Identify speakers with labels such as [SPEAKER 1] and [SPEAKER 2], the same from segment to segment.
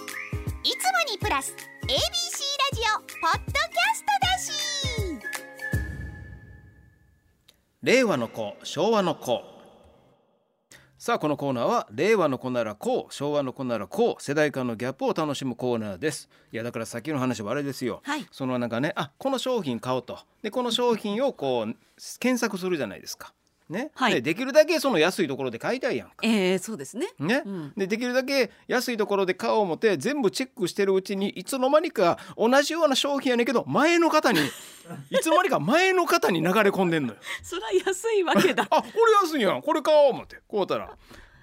[SPEAKER 1] いつもにプラス ABC ラジオポッドキャストだし
[SPEAKER 2] 令和の子昭和の子さあこのコーナーは令和の子ならこう昭和の子ならこう世代間のギャップを楽しむコーナーですいやだから先の話はあれですよ、
[SPEAKER 1] はい
[SPEAKER 2] そのなんかねあこの商品買おうとでこの商品をこう検索するじゃないですかね、
[SPEAKER 3] はい
[SPEAKER 2] でできるだけその安いところで買いたいやんか
[SPEAKER 3] ええそうですね。
[SPEAKER 2] ね
[SPEAKER 3] うん
[SPEAKER 2] でできるだけ安いところで買おう思って全部チェックしてるうちにいつの間にか同じような商品やねんけど前の方にいつの間にか前の方に流れ込んでんのよ。。
[SPEAKER 3] そりゃ安いわけだ
[SPEAKER 2] あこれ安いやんこれ買おう思ってこうたら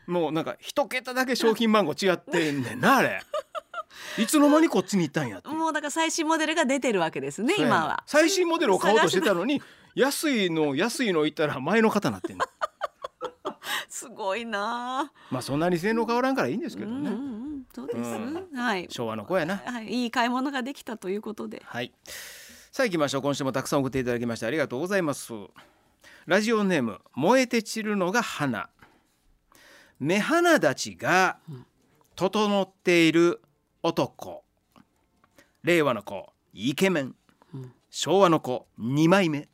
[SPEAKER 2] もうなんか一桁だけ商品番号違ってんねんなあれ。いつの間にこっちに行ったんやっていう。
[SPEAKER 3] もうだから最新モデルが出てるわけですね、
[SPEAKER 2] そうやねん
[SPEAKER 3] 今は。
[SPEAKER 2] 最新モデルを買おうとしてたのに安いの安いの行ったら前の方になってんの。
[SPEAKER 3] すごいなあ。
[SPEAKER 2] まあそんなに性能変わらんからいいんですけど
[SPEAKER 3] うんう
[SPEAKER 2] ね。
[SPEAKER 3] んうん、そうです。
[SPEAKER 2] う
[SPEAKER 3] はい。
[SPEAKER 2] 昭和の子やな。
[SPEAKER 3] はい、いい買い物ができたということで。
[SPEAKER 2] はい。さあ行きましょう。今週もたくさん送っていただきましてありがとうございます。ラジオネーム燃えて散るのが花。目鼻立ちが整っている男。令和の子イケメン。
[SPEAKER 3] うん
[SPEAKER 2] 昭和の子二枚 目。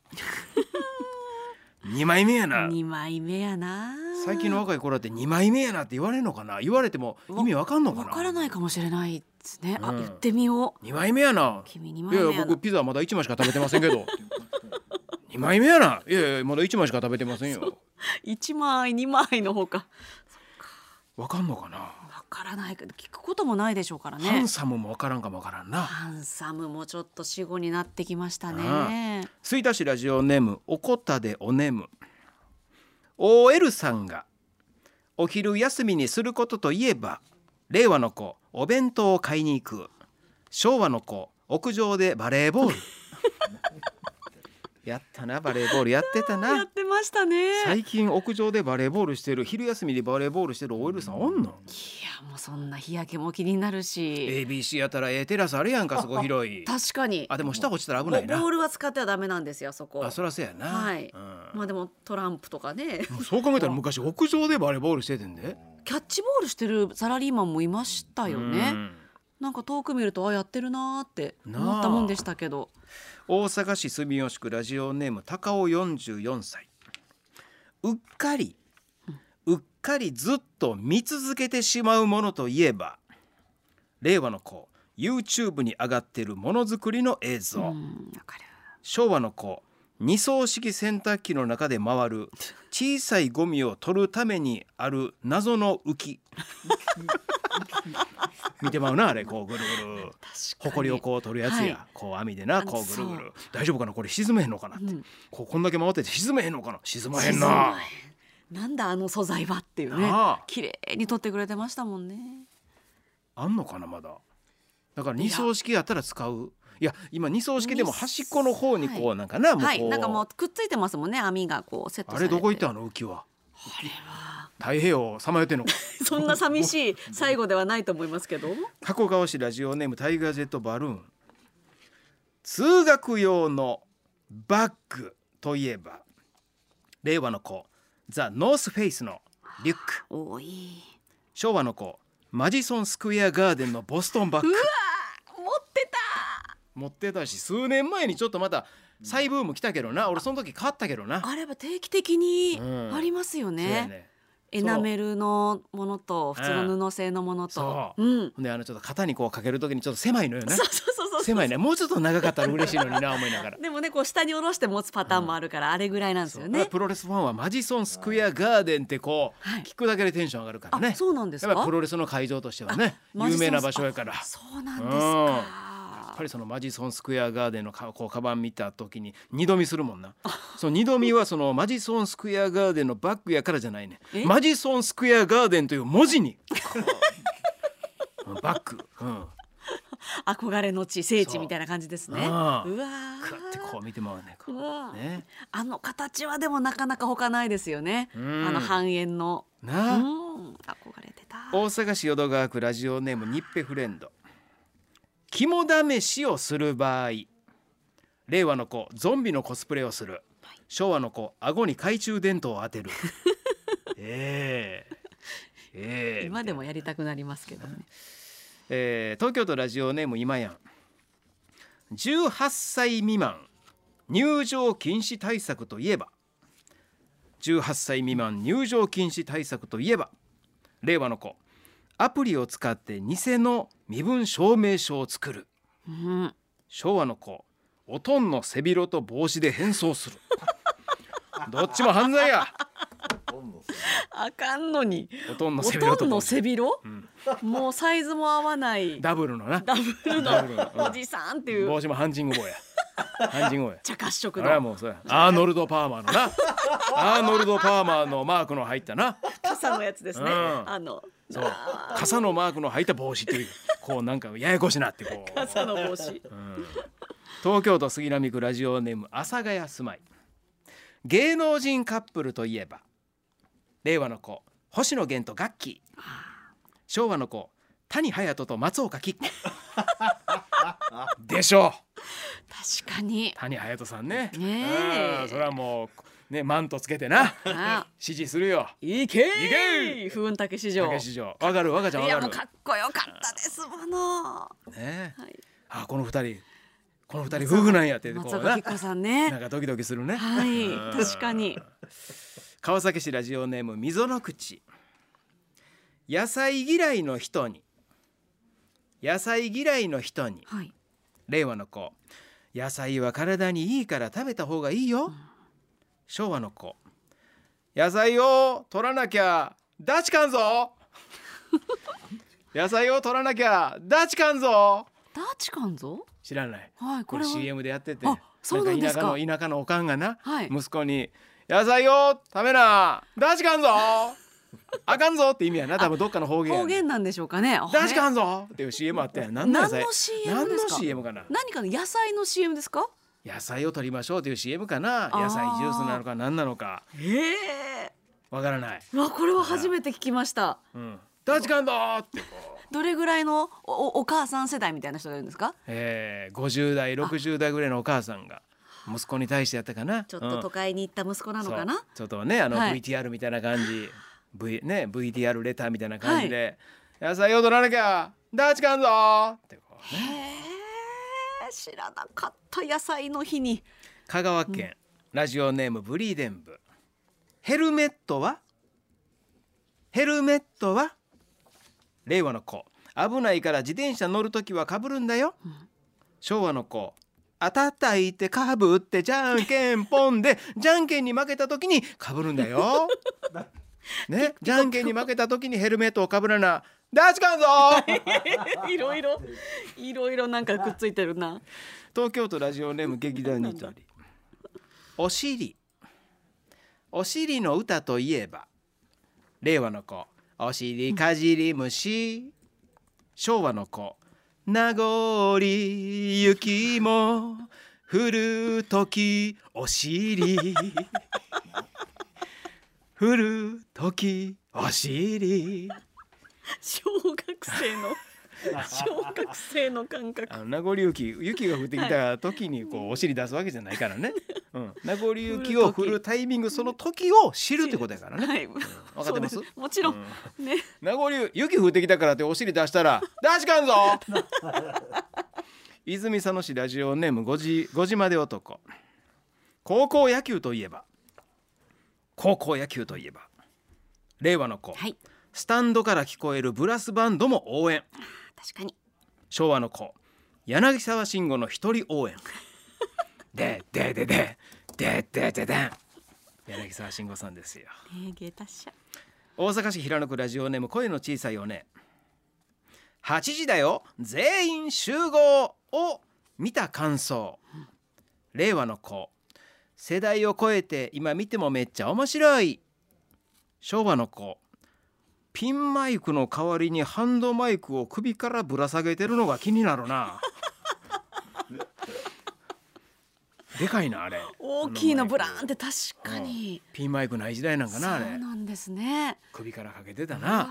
[SPEAKER 2] 二枚目やな。
[SPEAKER 3] 二枚目やな。
[SPEAKER 2] 最近の若い子だって二枚目やなって言われるのかな。言われても意味わかんのか
[SPEAKER 3] わ
[SPEAKER 2] な。
[SPEAKER 3] からないかもしれないですね。あ、
[SPEAKER 2] うん
[SPEAKER 3] 言ってみよう。
[SPEAKER 2] 二枚目やな。
[SPEAKER 3] 君二枚
[SPEAKER 2] いや
[SPEAKER 3] 目やな。
[SPEAKER 2] いや僕ピザまだ1枚しか食べてませんけど 2枚目やないやいやまだ1枚しか食べてませんよ
[SPEAKER 3] 一枚二枚のほか。
[SPEAKER 2] わかんのかな、
[SPEAKER 3] わからないけど、聞くこともないでしょうから
[SPEAKER 2] ハ
[SPEAKER 3] ね
[SPEAKER 2] ン。サムもわからんかもわからんな
[SPEAKER 3] ハンサムもちょっと死後になってきました
[SPEAKER 2] あ
[SPEAKER 3] ね。
[SPEAKER 2] 吹田市ラジオネームおこたでおねむ OL さんがお昼休みにすることといえば令和の子お弁当を買いに行く昭和の子屋上でバレー ボールやったなバレーボールやってた
[SPEAKER 3] や
[SPEAKER 2] な
[SPEAKER 3] ってましたね。
[SPEAKER 2] 最近屋上でバレーボールしてる昼休みでバレーボールしてる OL さんおんの
[SPEAKER 3] いやもうそんな日焼けも気になるし
[SPEAKER 2] ABC やったらええテラスあるやんかそこ広い
[SPEAKER 3] 確かに
[SPEAKER 2] あでも下落ちたら危ないな
[SPEAKER 3] ボボールは使ってはダメなんですよそこ
[SPEAKER 2] あそらそうやな、
[SPEAKER 3] はい
[SPEAKER 2] うん
[SPEAKER 3] まあでもトランプとかね
[SPEAKER 2] そう考えたら昔屋上でバレーボールしててんで
[SPEAKER 3] キャッチボールしてるサラリーマンもいましたよ
[SPEAKER 2] う
[SPEAKER 3] ね
[SPEAKER 2] ん
[SPEAKER 3] なんか遠く見るとあやってるなーって
[SPEAKER 2] なあ
[SPEAKER 3] 思ったもんでしたけど
[SPEAKER 2] 大阪市住吉区ラジオネーム高尾44歳うっかりうっかりずっと見続けてしまうものといえば令和の子 YouTube に上がってるものづくりの映像、
[SPEAKER 3] うんわかる
[SPEAKER 2] 昭和の子二層式洗濯機の中で回る小さいゴミを取るためにある謎の浮 き見てまうなあれこうぐるぐる
[SPEAKER 3] 確か
[SPEAKER 2] 埃をこう取るやつや、
[SPEAKER 3] はい
[SPEAKER 2] こう網でな
[SPEAKER 3] の
[SPEAKER 2] こうぐるぐ
[SPEAKER 3] そ
[SPEAKER 2] る大丈夫かなこれ沈めへんのかなって、
[SPEAKER 3] うん
[SPEAKER 2] こうこんだけ回ってて沈めへんのかな沈まへん
[SPEAKER 3] 沈ま
[SPEAKER 2] な
[SPEAKER 3] へんなんだあの素材はっていうね
[SPEAKER 2] なあ
[SPEAKER 3] 綺麗に撮ってくれてましたもんね
[SPEAKER 2] あんのかなまだだから
[SPEAKER 3] や
[SPEAKER 2] 二層式やったら使ういや今二層式でも端っこの方にこ
[SPEAKER 3] は
[SPEAKER 2] うなんかなもうこう、
[SPEAKER 3] はいなんかもうくっついてますもんね網がこうセット
[SPEAKER 2] あ
[SPEAKER 3] され
[SPEAKER 2] れ
[SPEAKER 3] て
[SPEAKER 2] どこ行ったあの浮きは太平洋をさまよってん のか
[SPEAKER 3] そんな寂しい最後ではないと思いますけ ど。
[SPEAKER 2] 加古川市ラジオネームタイガージェットバルーン通学用のバッグといえば令和の子ザ・ノースフェイスのリュック
[SPEAKER 3] 多い。
[SPEAKER 2] 昭和の子マジソンスクエアガーデンのボストンバッグ
[SPEAKER 3] 持って
[SPEAKER 2] 持ってたし数年前にちょっとまた再ブーム来たけどな俺その時買ったけどな
[SPEAKER 3] た。 あれば定期的に
[SPEAKER 2] うん
[SPEAKER 3] ありますよ
[SPEAKER 2] そうや
[SPEAKER 3] ね。エナメルのものと普通の布製のものと
[SPEAKER 2] そ。う
[SPEAKER 3] うん。
[SPEAKER 2] ほんであのちょっと肩にこうかける時にちょっと狭いのよな
[SPEAKER 3] そうそうそうそう。
[SPEAKER 2] 狭いねもうちょっと長かったら嬉しいのにな思いながら
[SPEAKER 3] でもねこう下に下ろして持つパターンもあるからあれぐらいなんです
[SPEAKER 2] そう
[SPEAKER 3] よ
[SPEAKER 2] だから
[SPEAKER 3] ね。
[SPEAKER 2] プロレスファンはマジソンスクエアガーデンってこう、
[SPEAKER 3] はい
[SPEAKER 2] 聞くだけでテンション上がるから
[SPEAKER 3] あ
[SPEAKER 2] ね
[SPEAKER 3] そうなんです
[SPEAKER 2] やっぱり
[SPEAKER 3] か
[SPEAKER 2] プ。ロレスの会場としてはね
[SPEAKER 3] マジ
[SPEAKER 2] 有
[SPEAKER 3] ソン
[SPEAKER 2] 名な場所やからや
[SPEAKER 3] そうなんです
[SPEAKER 2] うんっ
[SPEAKER 3] か
[SPEAKER 2] ぱ。りそのマジソンスクエアガーデンのかこうカバン見た時に二度見するもんなその二度見はそのマジソンスクエアガーデンのバッグやからじゃないね
[SPEAKER 3] え
[SPEAKER 2] マジソンスクエアガーデンという文字 にうんバッグ、うん、
[SPEAKER 3] 憧れの地聖地みたいな感じですね。う
[SPEAKER 2] そう
[SPEAKER 3] わ
[SPEAKER 2] ああ
[SPEAKER 3] ー。
[SPEAKER 2] くってこう見てまうねこ
[SPEAKER 3] うわ
[SPEAKER 2] うね
[SPEAKER 3] あの形はでもなかなか他ないですよね。
[SPEAKER 2] うん
[SPEAKER 3] あの半円の。う
[SPEAKER 2] なあ、
[SPEAKER 3] ん、憧れてた。
[SPEAKER 2] 大阪市淀川区ラジオネームニッペフレンド肝試しをする場合令和の子ゾンビのコスプレをする昭和の子顎に懐中電灯を当てるええええ
[SPEAKER 3] 今でもやりたくなりますけどね。
[SPEAKER 2] えー東京都ラジオネーム今やん18歳未満入場禁止対策といえば18歳未満入場禁止対策といえば令和の子アプリを使って偽の身分証明書を作る
[SPEAKER 3] うん、
[SPEAKER 2] 昭和の子おとんの背広と帽子で変装する どっちも犯罪や
[SPEAKER 3] あかんのに
[SPEAKER 2] おとん
[SPEAKER 3] お
[SPEAKER 2] の背広
[SPEAKER 3] と
[SPEAKER 2] と
[SPEAKER 3] んの
[SPEAKER 2] 帽子
[SPEAKER 3] 背広、
[SPEAKER 2] ん
[SPEAKER 3] もうサイズも合わないダ
[SPEAKER 2] ダブルのな
[SPEAKER 3] ブル
[SPEAKER 2] ダブルのうん
[SPEAKER 3] のおじさんっていう
[SPEAKER 2] 帽子もハンジング帽やハンジング帽や
[SPEAKER 3] 茶褐色
[SPEAKER 2] あれは
[SPEAKER 3] の
[SPEAKER 2] もうそれアーノルド・パーマーの なアーノルド・パーマーのマークの入ったな
[SPEAKER 3] 傘のやつですね、
[SPEAKER 2] うん
[SPEAKER 3] あの
[SPEAKER 2] そう傘のマークの入った帽子っていうこうなんかややこしなってこう
[SPEAKER 3] 傘の帽子
[SPEAKER 2] 東京都杉並区ラジオネーム阿佐ヶ谷住まい芸能人カップルといえば令和の子星野源とガッキー昭和の子谷隼人と松岡吉子 でしょう
[SPEAKER 3] 確かに
[SPEAKER 2] 谷隼人さんね
[SPEAKER 3] ね
[SPEAKER 2] う
[SPEAKER 3] え
[SPEAKER 2] んそれはもうねマントつけてな
[SPEAKER 3] あ
[SPEAKER 2] 支持するよ
[SPEAKER 3] いけ
[SPEAKER 2] い
[SPEAKER 3] ー
[SPEAKER 2] け
[SPEAKER 3] 風雲竹市場
[SPEAKER 2] たけし城わかる若ちゃん
[SPEAKER 3] い
[SPEAKER 2] わ
[SPEAKER 3] や
[SPEAKER 2] か
[SPEAKER 3] も
[SPEAKER 2] る
[SPEAKER 3] うかっこよかったですもの、
[SPEAKER 2] ねえ
[SPEAKER 3] はい、
[SPEAKER 2] あこの二人この二人夫婦なんやってこ
[SPEAKER 3] 松
[SPEAKER 2] う
[SPEAKER 3] 岡
[SPEAKER 2] な
[SPEAKER 3] 紀子さん
[SPEAKER 2] なん
[SPEAKER 3] ね
[SPEAKER 2] かドキドキするね
[SPEAKER 3] はい
[SPEAKER 2] うん
[SPEAKER 3] 確かに
[SPEAKER 2] 川崎市ラジオネーム溝の口野菜嫌いの人に野菜嫌いの人に
[SPEAKER 3] はい
[SPEAKER 2] 令和の子野菜は体にいいから食べた方がいいよ昭和の子野菜を取らなきゃダチかんぞ 野菜を取らなきゃダチかんぞ
[SPEAKER 3] ダーチカンゾ
[SPEAKER 2] 知らない
[SPEAKER 3] はい
[SPEAKER 2] こ
[SPEAKER 3] こ
[SPEAKER 2] れ
[SPEAKER 3] れは
[SPEAKER 2] CM でやってて
[SPEAKER 3] あそうなんです
[SPEAKER 2] 田
[SPEAKER 3] か
[SPEAKER 2] 舎の田舎のおかんがな、
[SPEAKER 3] はい
[SPEAKER 2] 息子に「野菜を食べな出しかん ぞあかんぞ」って意味やな多分どっかの方言や
[SPEAKER 3] 方言なんでしょうかねあ
[SPEAKER 2] 出しか
[SPEAKER 3] ね
[SPEAKER 2] んぞっていう CM あったやんなんだよ
[SPEAKER 3] 何
[SPEAKER 2] それ
[SPEAKER 3] の CM
[SPEAKER 2] 何
[SPEAKER 3] です
[SPEAKER 2] の
[SPEAKER 3] か
[SPEAKER 2] CM かな
[SPEAKER 3] 何かの野菜の CM ですか
[SPEAKER 2] 野菜を取りましょうという CM かな
[SPEAKER 3] あー
[SPEAKER 2] 野菜ジュースなのか何なのか
[SPEAKER 3] ええ
[SPEAKER 2] わからない
[SPEAKER 3] ー、うわこれは初めて聞きました
[SPEAKER 2] 「うん、出しかんぞ!」ってこう、
[SPEAKER 3] どれぐらいのおおお母さん世代みたいな人がいるんですか
[SPEAKER 2] えー、50代60代ぐらいのお母さんが息子に対してやったかな
[SPEAKER 3] ちょっと
[SPEAKER 2] うん
[SPEAKER 3] 都会に行った息子なのか
[SPEAKER 2] そ
[SPEAKER 3] な
[SPEAKER 2] うちょっとねあの
[SPEAKER 3] はい
[SPEAKER 2] VTR みたいな感 じ、v ね、VTR レターみたいな感じで「野菜を取らなきゃダチかんぞ!」ってこうね
[SPEAKER 3] へえ知らなかった野菜の 日に
[SPEAKER 2] 香川県、ラジオネームブリーデンブヘルメットはヘルメットは令和の子危ないから自転車乗るときはかぶるんだよ、昭和の子あたたいてかぶってじゃんけんぽん でじゃんけんに負けたときにかぶる んだよね、じゃんけんに負けたときにヘルメットをかぶらなダチかんぞ
[SPEAKER 3] いろ いろいろいろなんかくっついてるな
[SPEAKER 2] 東京都ラジオネーム劇団ニトリお尻お尻の歌といえば令和の子お尻かじり虫昭和の子名残雪も降る時お尻降る時お尻
[SPEAKER 3] 小学生 の小学生の感覚
[SPEAKER 2] あの名残雪雪が降ってきた時にこうお尻出すわけじゃないからね、うん、名残雪を降るタイミングその時を知るってことやからね
[SPEAKER 3] はい、
[SPEAKER 2] わかってます
[SPEAKER 3] そうですもちろん、ね
[SPEAKER 2] 名残雪降ってきたからってお尻出した ら出しかんぞ泉佐野市ラジオネーム5時5時まで男高校野球といえば高校野球といえば令和の子、
[SPEAKER 3] はい
[SPEAKER 2] スタンドから聞こえるブラスバンドも応援
[SPEAKER 3] 確かに
[SPEAKER 2] 昭和の子柳沢慎吾の一人応 援ででででででででん柳沢慎吾さんですよ
[SPEAKER 3] ね下駄者
[SPEAKER 2] 大阪市平野区ラジオネーム声の小さいおね8時だよ全員集合を見た感想令和の子世代を超えて今見てもめっちゃ面白い昭和の子ピンマイクの代わりにハンドマイクを首からぶら下げてるのが気になるな でかいなあれ
[SPEAKER 3] 大きいのブラーン
[SPEAKER 2] っ
[SPEAKER 3] って確かに、
[SPEAKER 2] ピンマイクない時代なんか
[SPEAKER 3] そう
[SPEAKER 2] なあれ
[SPEAKER 3] なんですね
[SPEAKER 2] 首からかけてたな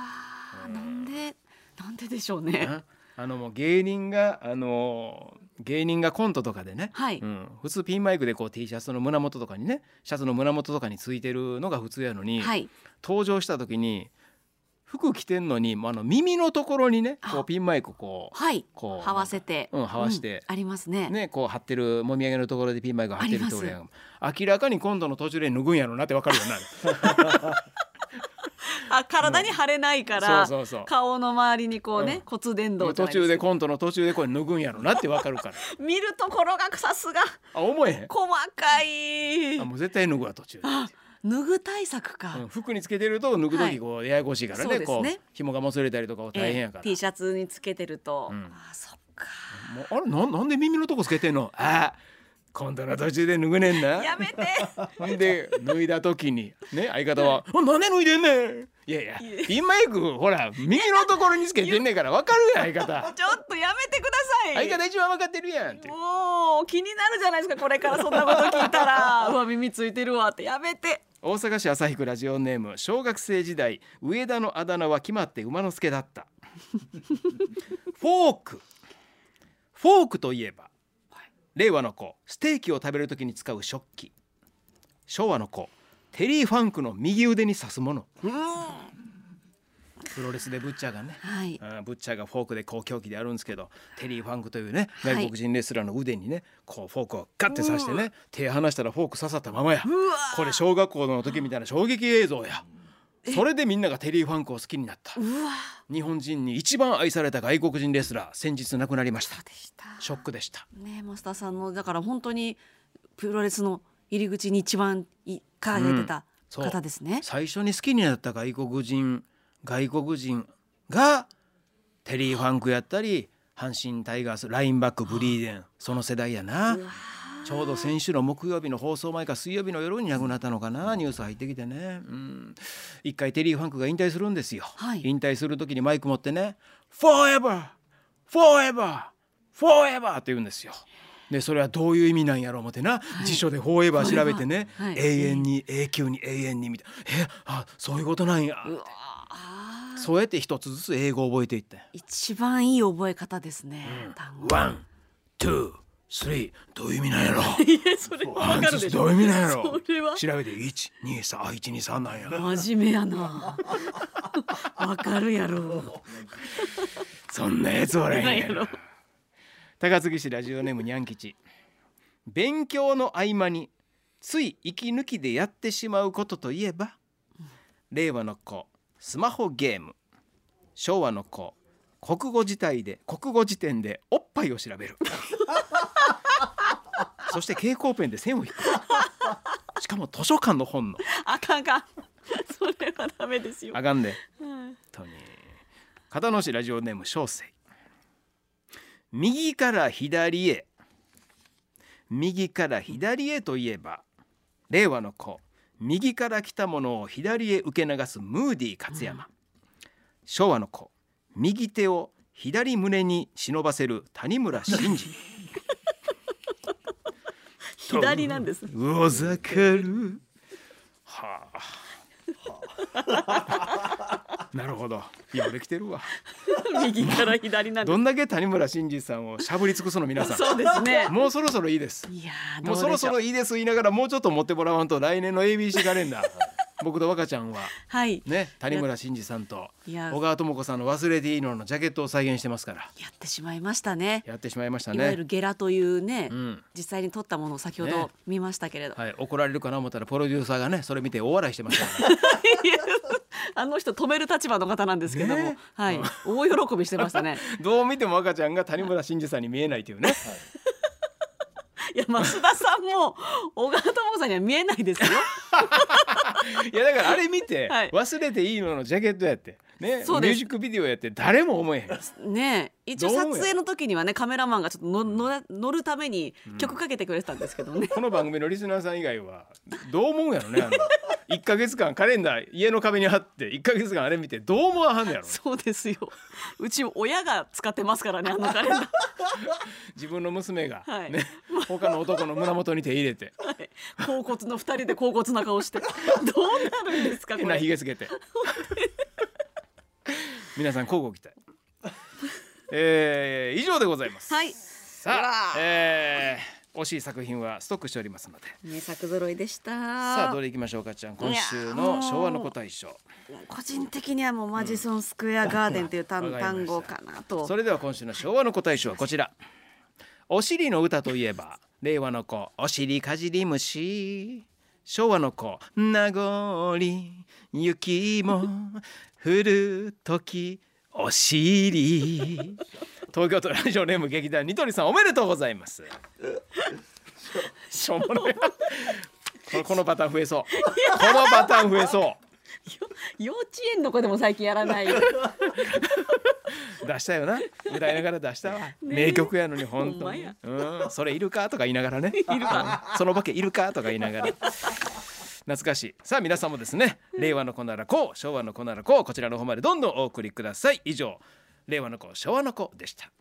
[SPEAKER 3] あなんでなんででしょうね
[SPEAKER 2] なあのもう芸人があのー芸人がコントとかでね、
[SPEAKER 3] はい
[SPEAKER 2] うん、普通ピンマイクでこう T シャツの胸元とかにねシャツの胸元とかについてるのが普通やのに、
[SPEAKER 3] はい
[SPEAKER 2] 登場した時に服着てんのにもうあの耳のところにねこう
[SPEAKER 3] あ
[SPEAKER 2] ピンマイクこう
[SPEAKER 3] はい。
[SPEAKER 2] こう
[SPEAKER 3] はわせて。
[SPEAKER 2] うんはわして
[SPEAKER 3] ありますね。
[SPEAKER 2] ねこう貼ってるもみあげのところでピンマイク貼ってるところや
[SPEAKER 3] あ
[SPEAKER 2] 明らかに今度の途中で脱ぐんやろうなってわかるようになる
[SPEAKER 3] あ、体に貼れない から。
[SPEAKER 2] そうそうそ
[SPEAKER 3] 顔の周りにこうね、
[SPEAKER 2] うん
[SPEAKER 3] 骨
[SPEAKER 2] う
[SPEAKER 3] 伝導じゃ
[SPEAKER 2] 途
[SPEAKER 3] ないで
[SPEAKER 2] 中
[SPEAKER 3] すけ
[SPEAKER 2] で
[SPEAKER 3] ど
[SPEAKER 2] コントの途中でこれ脱ぐんやろうなってわかるから
[SPEAKER 3] 見るところがさすが
[SPEAKER 2] あ思えへん
[SPEAKER 3] 細かい
[SPEAKER 2] あもう絶対脱ぐわ途中で、
[SPEAKER 3] 脱ぐ対策か、
[SPEAKER 2] うん服につけてると脱ぐ
[SPEAKER 3] は
[SPEAKER 2] 時
[SPEAKER 3] い
[SPEAKER 2] こうややこしいからね,、
[SPEAKER 3] そうですね
[SPEAKER 2] こう紐がもつれたりとか大変やから、
[SPEAKER 3] えー T シャツにつけてると、
[SPEAKER 2] うん
[SPEAKER 3] あそっか
[SPEAKER 2] もうあれなんなんで耳のとこつけてんの あ今度の途中で脱ぐねんな
[SPEAKER 3] やめて
[SPEAKER 2] ほんで脱いだ時にね相方は「あなんで脱いでんねん!」いやいやピンマイクほら耳のところにつけてんねんからわかるやん相 方
[SPEAKER 3] ちょっとやめてください
[SPEAKER 2] 相方一番わかってるやんって
[SPEAKER 3] もう気になるじゃないですかこれからそんなこと聞いたら うわ耳ついてるわってやめて
[SPEAKER 2] 大阪市朝日区ラジオネーム小学生時代上田のあだ名は決まって馬之助だったフォークフォークといえば令和の子ステーキを食べるときに使う食器昭和の子テリー・ファンクの右腕に刺すものプロレスでブッチャーがね
[SPEAKER 3] はい
[SPEAKER 2] あーブッチャーがフォークでこう凶器でやるんですけどテリー・ファンクというね
[SPEAKER 3] はい
[SPEAKER 2] 外国人レスラーの腕にねこうフォークをガッて刺してね手離したらフォーク刺さったままや
[SPEAKER 3] うわ
[SPEAKER 2] これ小学校の時みたいな衝撃映像やそれでみんながテリー・ファンクを好きになった
[SPEAKER 3] うわ
[SPEAKER 2] 日本人に一番愛された外国人レスラー先日亡くなりました
[SPEAKER 3] でした
[SPEAKER 2] ショックでした
[SPEAKER 3] ねえ増田さんのだから本当にプロレスの入り口に一番い輝いてた
[SPEAKER 2] そう
[SPEAKER 3] 方ですね、
[SPEAKER 2] 最初に好きになった外国人外国人がテリー・ファンクやったり阪神タイガースラインバックブリーデンその世代やなちょうど先週の木曜日の放送前か水曜日の夜に亡くなったのかなニュース入ってきてね、うん、一回テリー・ファンクが引退するんですよ、
[SPEAKER 3] はい
[SPEAKER 2] 引退する時にマイク持ってね「Forever! Forever! Forever!」って言うんですよ。でそれはどういう意味なんやろう思ってな、辞書で「フォーエバー」調べてね「
[SPEAKER 3] はい
[SPEAKER 2] 永遠に永久に永遠に」みたいな「えあそういうことなんや
[SPEAKER 3] うわあ」
[SPEAKER 2] そうやって一つずつ英語を覚えていって
[SPEAKER 3] 一番いい覚え方ですね、単
[SPEAKER 2] 「
[SPEAKER 3] 語
[SPEAKER 2] ワン・ツー・スリー」どういう意味なんやろう
[SPEAKER 3] いやそれ わかるでし
[SPEAKER 2] ど
[SPEAKER 3] ょ
[SPEAKER 2] ういう意味なんやろ
[SPEAKER 3] それは
[SPEAKER 2] 調べて一二三あ一二三なんや。
[SPEAKER 3] 真面目や なわかるやろ
[SPEAKER 2] そんなやつおらへんや
[SPEAKER 3] ないや
[SPEAKER 2] ろ
[SPEAKER 3] ろ。
[SPEAKER 2] 高槻市ラジオネームにゃん吉。勉強の合間につい息抜きでやってしまうことといえば、令和の子スマホゲーム、昭和の子国語辞典で国語辞典でおっぱいを調べる。 そして蛍光ペンで線を引く。しかも図書館の本の
[SPEAKER 3] あかんあかんそれはダメですよ
[SPEAKER 2] あかんで、
[SPEAKER 3] うん
[SPEAKER 2] 本当に片野市ラジオネーム小生右から左へ右から左へといえば令和の子右から来たものを左へ受け流すムーディ勝山、昭和の子右手を左胸に忍ばせる谷村新司
[SPEAKER 3] 左なんです
[SPEAKER 2] おざかるはあ、はあ、な るほどようできてるわ
[SPEAKER 3] 右から左なんで
[SPEAKER 2] どんだけ谷村新司さんをしゃぶり尽くすの皆
[SPEAKER 3] す
[SPEAKER 2] さ
[SPEAKER 3] そうですね
[SPEAKER 2] んもうそろそろいいです
[SPEAKER 3] いやーど
[SPEAKER 2] もう
[SPEAKER 3] うでし
[SPEAKER 2] そ
[SPEAKER 3] ょう
[SPEAKER 2] ろそろいいです言いながらもうちょっと持ってもらわんと来年の ABC カレン ダー僕と若ちゃんは
[SPEAKER 3] はい
[SPEAKER 2] ね谷村新司さんと
[SPEAKER 3] いや
[SPEAKER 2] 小川智子さんの「忘れていいの」のジャケットを再現してますから
[SPEAKER 3] やってしまいましたね
[SPEAKER 2] やってしまいました
[SPEAKER 3] いわゆ
[SPEAKER 2] ね
[SPEAKER 3] る。ゲラというね、
[SPEAKER 2] うん
[SPEAKER 3] 実際に撮ったものを先ほ
[SPEAKER 2] ね
[SPEAKER 3] ど見ましたけれど、
[SPEAKER 2] はい、怒られるかな思ったらプロデューサーがねそれ見て大笑いしてました から
[SPEAKER 3] いや あの人止める立場の方なんですけども、
[SPEAKER 2] ね
[SPEAKER 3] はい、大喜びしてましたね
[SPEAKER 2] どう見ても赤ちゃんが谷村新司さんに見えないというね
[SPEAKER 3] いや増田さんも小川智子さんには見えないですよ
[SPEAKER 2] いやだからあれ見て
[SPEAKER 3] はい
[SPEAKER 2] 「忘れていいの」のジャケットやってねミュ
[SPEAKER 3] そうです
[SPEAKER 2] ージックビデオやって誰も思えへん
[SPEAKER 3] ねえ一応
[SPEAKER 2] どう
[SPEAKER 3] 撮
[SPEAKER 2] 思うや
[SPEAKER 3] 影の時にはねカメラマンがちょっとののら乗るために曲かけてくれてたんですけど ね、
[SPEAKER 2] この番組のリスナーさん以外はどう思うんやろねあの1ヶ月間カレンダー家の壁に貼って1ヶ月間あれ見てどう思わはんのやろ
[SPEAKER 3] そうですようち親が使ってます からねあのカレンダー、
[SPEAKER 2] 自分の娘が、
[SPEAKER 3] はい
[SPEAKER 2] ね、他の男の胸元に手入れ て
[SPEAKER 3] はい、甲骨の二人で甲骨な顔してどうなるんですかこ
[SPEAKER 2] 変なひ
[SPEAKER 3] れ
[SPEAKER 2] げつ けて皆さん交互期待えー以上でございます、
[SPEAKER 3] はい
[SPEAKER 2] さあ、えー惜しい作品はストックしておりますので
[SPEAKER 3] 名作揃いでした。
[SPEAKER 2] さあどれいきましょうかちゃん今週の昭和の答え賞
[SPEAKER 3] 個人的にはもうマジソンスクエアガーデンという単,、
[SPEAKER 2] うんわかりま
[SPEAKER 3] 単
[SPEAKER 2] した
[SPEAKER 3] 語かなと
[SPEAKER 2] そ。れでは今週の昭和の答え賞はこちらお尻の歌といえば令和の子お尻かじり虫昭和の子名残雪も降る時お尻東京都ラジオネーム劇団ニトリさんおめでとうございますしょうもないこのこのパターン増えそうこのパターン増えそ
[SPEAKER 3] 幼 稚園の子でも最近やらない。
[SPEAKER 2] う出したよな歌いながら出したわ、名曲やのに本
[SPEAKER 3] ほん
[SPEAKER 2] 当
[SPEAKER 3] ま
[SPEAKER 2] に
[SPEAKER 3] や
[SPEAKER 2] うんそれいるかとか言いながらね いるかそのボケいるかとか言いながら懐かしいさあ皆さんもですね令和の子ならこう昭和の子ならこうこちらの方までどんどんお送りください以上令和の子昭和の子でした